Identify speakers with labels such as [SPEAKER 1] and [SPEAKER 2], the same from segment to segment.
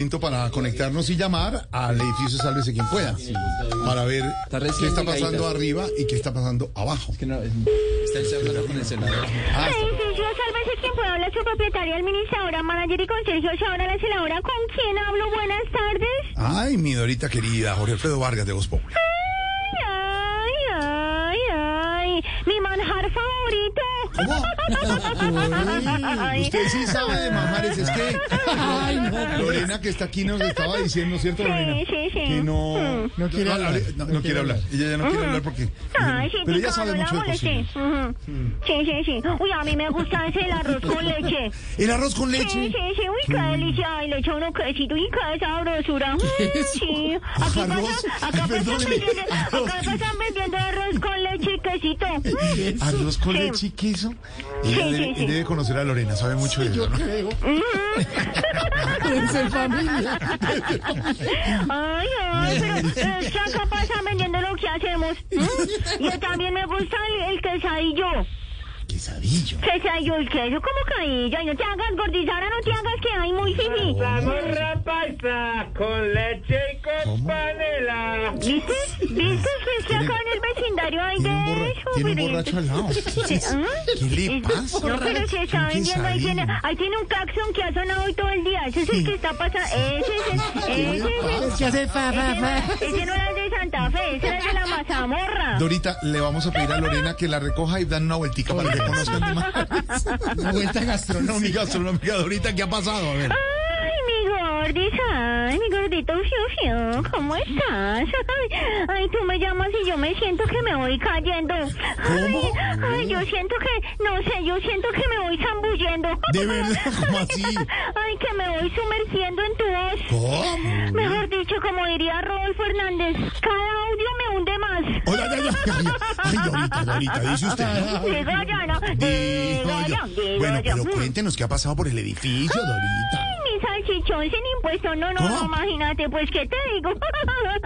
[SPEAKER 1] Momento Para conectarnos y llamar al edificio Sálvese quien pueda. Para ver qué
[SPEAKER 2] recién
[SPEAKER 1] está pasando
[SPEAKER 2] llegadita.
[SPEAKER 1] arriba y qué está pasando abajo. Ah,
[SPEAKER 2] Que no, es- está el hablando con el celular.
[SPEAKER 3] Edificio, sálvese quien pueda hablar, su propietaria, administradora, manager y conserje, ahora la celadora. ¿Con quién hablo? Buenas tardes.
[SPEAKER 1] Ay, mi Dorita querida, Jorge Alfredo Vargas de Voz Populi.
[SPEAKER 3] Ay, ay, ay. Mi manjar favorito.
[SPEAKER 1] Ay, Usted sí sabe de mamares, es que Ay, no, Lorena que está aquí nos estaba diciendo, ¿cierto, Lorena?
[SPEAKER 3] Sí, sí, sí.
[SPEAKER 1] Que no, no quiere hablar. No, no quiere hablar. Ella ya no quiere hablar porque.
[SPEAKER 3] Mm. Ay, sí,
[SPEAKER 1] Pero ella
[SPEAKER 3] chico,
[SPEAKER 1] sabe
[SPEAKER 3] no la
[SPEAKER 1] mucho de
[SPEAKER 3] molesté.
[SPEAKER 1] cocina. Mm.
[SPEAKER 3] Ujú. Sí, sí, sí. Uy, a mí me gusta ese el arroz con leche.
[SPEAKER 1] El arroz con leche.
[SPEAKER 3] Sí, sí, sí, uy, qué delicia. Ay, le echa uno quesito y qué sabrosura. Mm, Sí, aquí
[SPEAKER 1] Arroz.
[SPEAKER 3] pasa, acá,
[SPEAKER 1] Ay,
[SPEAKER 3] pasan
[SPEAKER 1] perdóneme.
[SPEAKER 3] vendiendo, acá pasan vendiendo arroz con leche y quesito. Mm,
[SPEAKER 1] Arroz con
[SPEAKER 3] Sí.
[SPEAKER 1] leche y queso. Ella
[SPEAKER 3] Sí,
[SPEAKER 1] debe,
[SPEAKER 3] sí, sí.
[SPEAKER 1] debe conocer a Lorena, sabe mucho de eso. ¿no?
[SPEAKER 3] Ay, ay, pero es que acá pasan vendiendo lo que hacemos. Mm, Y también me gusta el, el quesadillo.
[SPEAKER 1] Quesadillo.
[SPEAKER 3] Quesadillo, el queso como caída. Y no te hagas gordizara, no te hagas que hay muy fifi.
[SPEAKER 4] Morra paisa con leche y con panela.
[SPEAKER 3] ¿Viste? ¿Viste? Es que acá en el vecindario hay
[SPEAKER 1] Tiene un,
[SPEAKER 3] de
[SPEAKER 1] borra-
[SPEAKER 3] eso. ¿Ah?
[SPEAKER 1] tiene un
[SPEAKER 3] pero-
[SPEAKER 1] borracho al lado. ¿Qué le pasa?
[SPEAKER 3] No, pero se está
[SPEAKER 1] ¿Quién
[SPEAKER 3] vendiendo.
[SPEAKER 1] sabe?
[SPEAKER 3] Ahí tiene, ahí tiene un claxon que ha sonado hoy todo el día. Ese es el que está pasando. Ese es el. Ese es
[SPEAKER 1] Ah,
[SPEAKER 3] el. Ese no, ese no era el de Santa Fe, ese era el de la mazamorra.
[SPEAKER 1] Dorita, le vamos a pedir a Lorena que la recoja y dan una vueltica para que conozcan de más. Una vuelta gastronómica, gastronómica. Dorita, ¿qué ha pasado? A ver.
[SPEAKER 3] Ay, mi gordis, ay, mi gordito fiu fiu, ¿cómo estás? Ay, ay, tú me llamas y yo me siento que me voy cayendo. Ay, ay, yo siento que, no sé, yo siento que me voy zambullendo.
[SPEAKER 1] ¿De verdad? ¿Cómo así?
[SPEAKER 3] Ay, que me voy sumergiendo en tu voz.
[SPEAKER 1] ¿Cómo?
[SPEAKER 3] Mejor dicho, como diría Rodolfo Hernández, cada audio me hunde más.
[SPEAKER 1] Hola, ya, ya, ya, ya. Ay, Dorita, Dorita, dice usted. ¿no?
[SPEAKER 3] Digo yo, ¿no? Digo
[SPEAKER 1] Digo
[SPEAKER 3] yo,
[SPEAKER 1] yo.
[SPEAKER 3] digo
[SPEAKER 1] Bueno,
[SPEAKER 3] yo.
[SPEAKER 1] pero
[SPEAKER 3] Mm.
[SPEAKER 1] cuéntenos qué ha pasado por el edificio, Dorita.
[SPEAKER 3] mi salchichón sin impuesto. No, no,
[SPEAKER 1] ¿Cómo?
[SPEAKER 3] no, imagínate, pues, ¿qué te digo?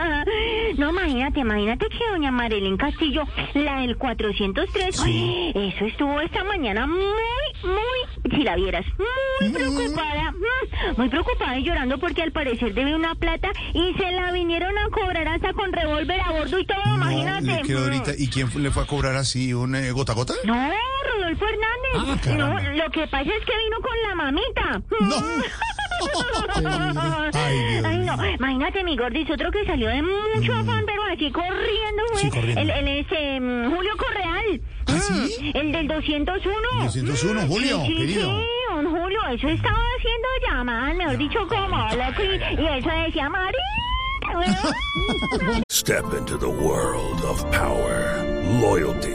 [SPEAKER 3] no, imagínate, imagínate que doña Marilyn Castillo, la del 403,
[SPEAKER 1] Sí.
[SPEAKER 3] ay, eso estuvo esta mañana muy, muy, si la vieras, muy
[SPEAKER 1] Mm.
[SPEAKER 3] preocupada, mm, muy preocupada y llorando porque al parecer debe una plata y se la vinieron a cobrar hasta con revólver a bordo y todo,
[SPEAKER 1] No,
[SPEAKER 3] imagínate.
[SPEAKER 1] le quedó Dorita. ¿Y quién le fue a cobrar así un eh, gota a gota?
[SPEAKER 3] No, Rodolfo
[SPEAKER 1] Ah,
[SPEAKER 3] Hernández.
[SPEAKER 1] caramba.
[SPEAKER 3] no, lo que pasa es que vino con la mamita.
[SPEAKER 1] No. Ay,
[SPEAKER 3] Ay,
[SPEAKER 1] Dios Mm.
[SPEAKER 3] no. Imagínate, mi gordis, otro que salió de mucho afán, pero así corriendo, güey.
[SPEAKER 1] Sí, corriendo.
[SPEAKER 3] El, el ese, mm, Julio Correal.
[SPEAKER 1] ¿Ah,
[SPEAKER 3] Mm,
[SPEAKER 1] sí?
[SPEAKER 3] El del 201.
[SPEAKER 1] 201, Julio,
[SPEAKER 3] Sí, sí,
[SPEAKER 1] querido.
[SPEAKER 3] sí, don Julio, eso estaba haciendo llamadas, mejor dicho, como loco. Y, y eso decía, María.
[SPEAKER 5] Step into the world of power, loyalty,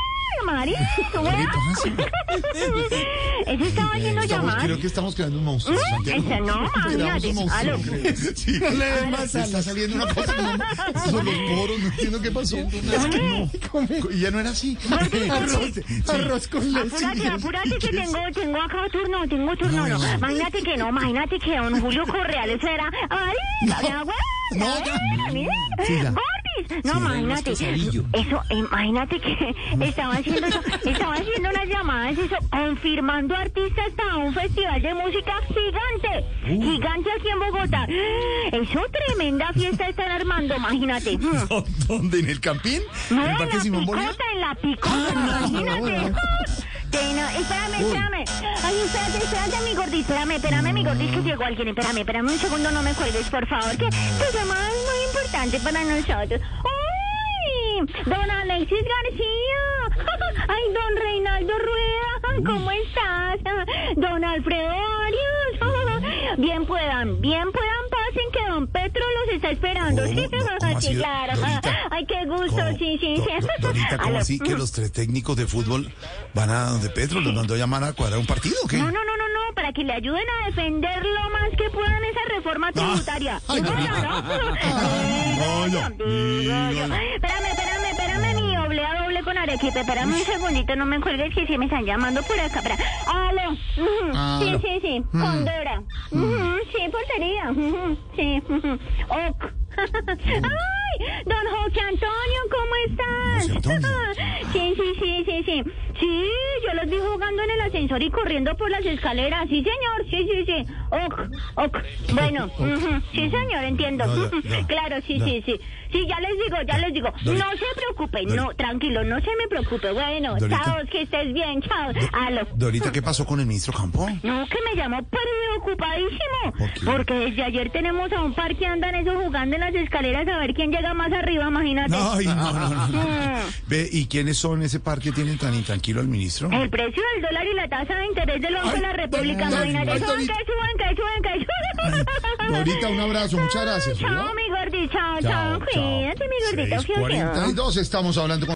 [SPEAKER 3] Mari. Eso estaba haciendo
[SPEAKER 1] Eh, Estamos-
[SPEAKER 3] llamadas.
[SPEAKER 1] creo que estamos creando un monstruo. Santiago.
[SPEAKER 3] Esa no,
[SPEAKER 1] Creamos
[SPEAKER 3] imagínate.
[SPEAKER 1] un monstruo.
[SPEAKER 3] Aló.
[SPEAKER 1] Sí, está saliendo una cosa que no me- son los moros, no entiendo qué pasó. Y ya no era así. Arroz, arroz con
[SPEAKER 3] Apúrate, apúrate que tengo, tengo acá turno, tengo turno, no. Imagínate que no, imagínate que don Julio Correales era. ¡Ay! ¡La güey!
[SPEAKER 1] No, ya.
[SPEAKER 3] ¡Gordi! gratis. No, imagínate.
[SPEAKER 2] casarillo.
[SPEAKER 3] Eso, imagínate que estaba haciendo eso, estaba haciendo unas llamadas, eso, confirmando artistas para un festival de música gigante. Gigante aquí en Bogotá. ¡Ah! Eso, tremenda fiesta están armando, imagínate. Mm.
[SPEAKER 1] ¿Dónde? ¿En el Campín? ¿En
[SPEAKER 3] No,
[SPEAKER 1] el Parque
[SPEAKER 3] en la
[SPEAKER 1] Simón Bolívar?
[SPEAKER 3] picota, en la picota,
[SPEAKER 1] Ah, no,
[SPEAKER 3] imagínate.
[SPEAKER 1] no, no.
[SPEAKER 3] Que no- espérame, espérame. Ay, espérate, espérate, mi gordis, espérame, espérame, mi gordis,
[SPEAKER 1] Mm.
[SPEAKER 3] que llegó alguien. Espérame, espérame un segundo, no me cuelgues, por favor, que tu llamada es muy importante para nosotros. ¡Uy! Don Alexis García. Ay, don Reinaldo Rueda, ¿cómo estás? Don Alfredo Arias. Bien puedan, bien puedan, pasen que don Petro los está esperando.
[SPEAKER 1] ¿Cómo?
[SPEAKER 3] Sí,
[SPEAKER 1] No, ¿cómo así,
[SPEAKER 3] sí, claro.
[SPEAKER 1] Dorita?
[SPEAKER 3] Ay, qué gusto,
[SPEAKER 1] ¿Cómo?
[SPEAKER 3] sí, sí, sí.
[SPEAKER 1] Do- do- Dorita, ¿cómo
[SPEAKER 3] A Mm. la-
[SPEAKER 1] así que los tres técnicos de fútbol van a donde Petro? ¿Los mandó a llamar a cuadrar un partido o qué?
[SPEAKER 3] No, no, no, no, no, para que le ayuden a defender lo más que puedan esa reforma tributaria.
[SPEAKER 1] Ah. Ay,
[SPEAKER 3] No,
[SPEAKER 1] no.
[SPEAKER 3] no, no.
[SPEAKER 1] Ay,
[SPEAKER 3] Digo yo, digo yo.
[SPEAKER 1] amigo.
[SPEAKER 3] Espérame, espérame, espérame, mi doble a doble con Arequipe. Espérame un segundito, no me cuelgues que sí me están llamando por acá. Para... Aló. Ujú. Sí,
[SPEAKER 1] Ah, Aló. Mm.
[SPEAKER 3] sí, sí. Con Dora. Ujú, Sí, portería. Ujú, Sí. ujú. Ok. Ay, don José Antonio, ¿cómo estás?
[SPEAKER 1] José Antonio.
[SPEAKER 3] Sí, sí, sí, sí, sí. Sí, yo los vi jugando en el ascensor y corriendo por las escaleras. Sí, señor, sí, sí, sí. Ok, ok. Bueno, ujú, sí, señor, entiendo.
[SPEAKER 1] No, ya, ya.
[SPEAKER 3] Claro, sí,
[SPEAKER 1] Ya.
[SPEAKER 3] sí, sí. Sí, ya les digo, ya les digo.
[SPEAKER 1] Dorita.
[SPEAKER 3] No se preocupe,
[SPEAKER 1] Dori-
[SPEAKER 3] no, tranquilo, no se me preocupe. Bueno,
[SPEAKER 1] Dorita.
[SPEAKER 3] chao, que estés bien, chao. Aló.
[SPEAKER 1] Dorita, ¿qué pasó con el ministro Campón?
[SPEAKER 3] No, que me llamó preocupadísimo.
[SPEAKER 1] ¿Por qué?
[SPEAKER 3] Porque desde ayer tenemos a un par que andan eso jugando en las escaleras a ver quién llega más arriba, imagínate.
[SPEAKER 1] Ay, no, no, no,
[SPEAKER 3] Mm.
[SPEAKER 1] no. Ve, ¿y quiénes son ese par que tienen tan intranquilo al ministro?
[SPEAKER 3] El precio del dólar y la tasa de interés del Banco
[SPEAKER 1] Ay,
[SPEAKER 3] de la República,
[SPEAKER 1] Dorita,
[SPEAKER 3] imagínate,
[SPEAKER 1] ay,
[SPEAKER 3] suban, que
[SPEAKER 1] Dorita.
[SPEAKER 3] suban, que suban, que suban.
[SPEAKER 1] Dorita, un abrazo, muchas gracias,
[SPEAKER 3] Chao,
[SPEAKER 1] ¿oyó?
[SPEAKER 3] mi gordito, chao, chao.
[SPEAKER 1] Chao, chao.
[SPEAKER 3] Cuídate, mi gordito, fiu, fiu.
[SPEAKER 1] 6:42 estamos hablando con...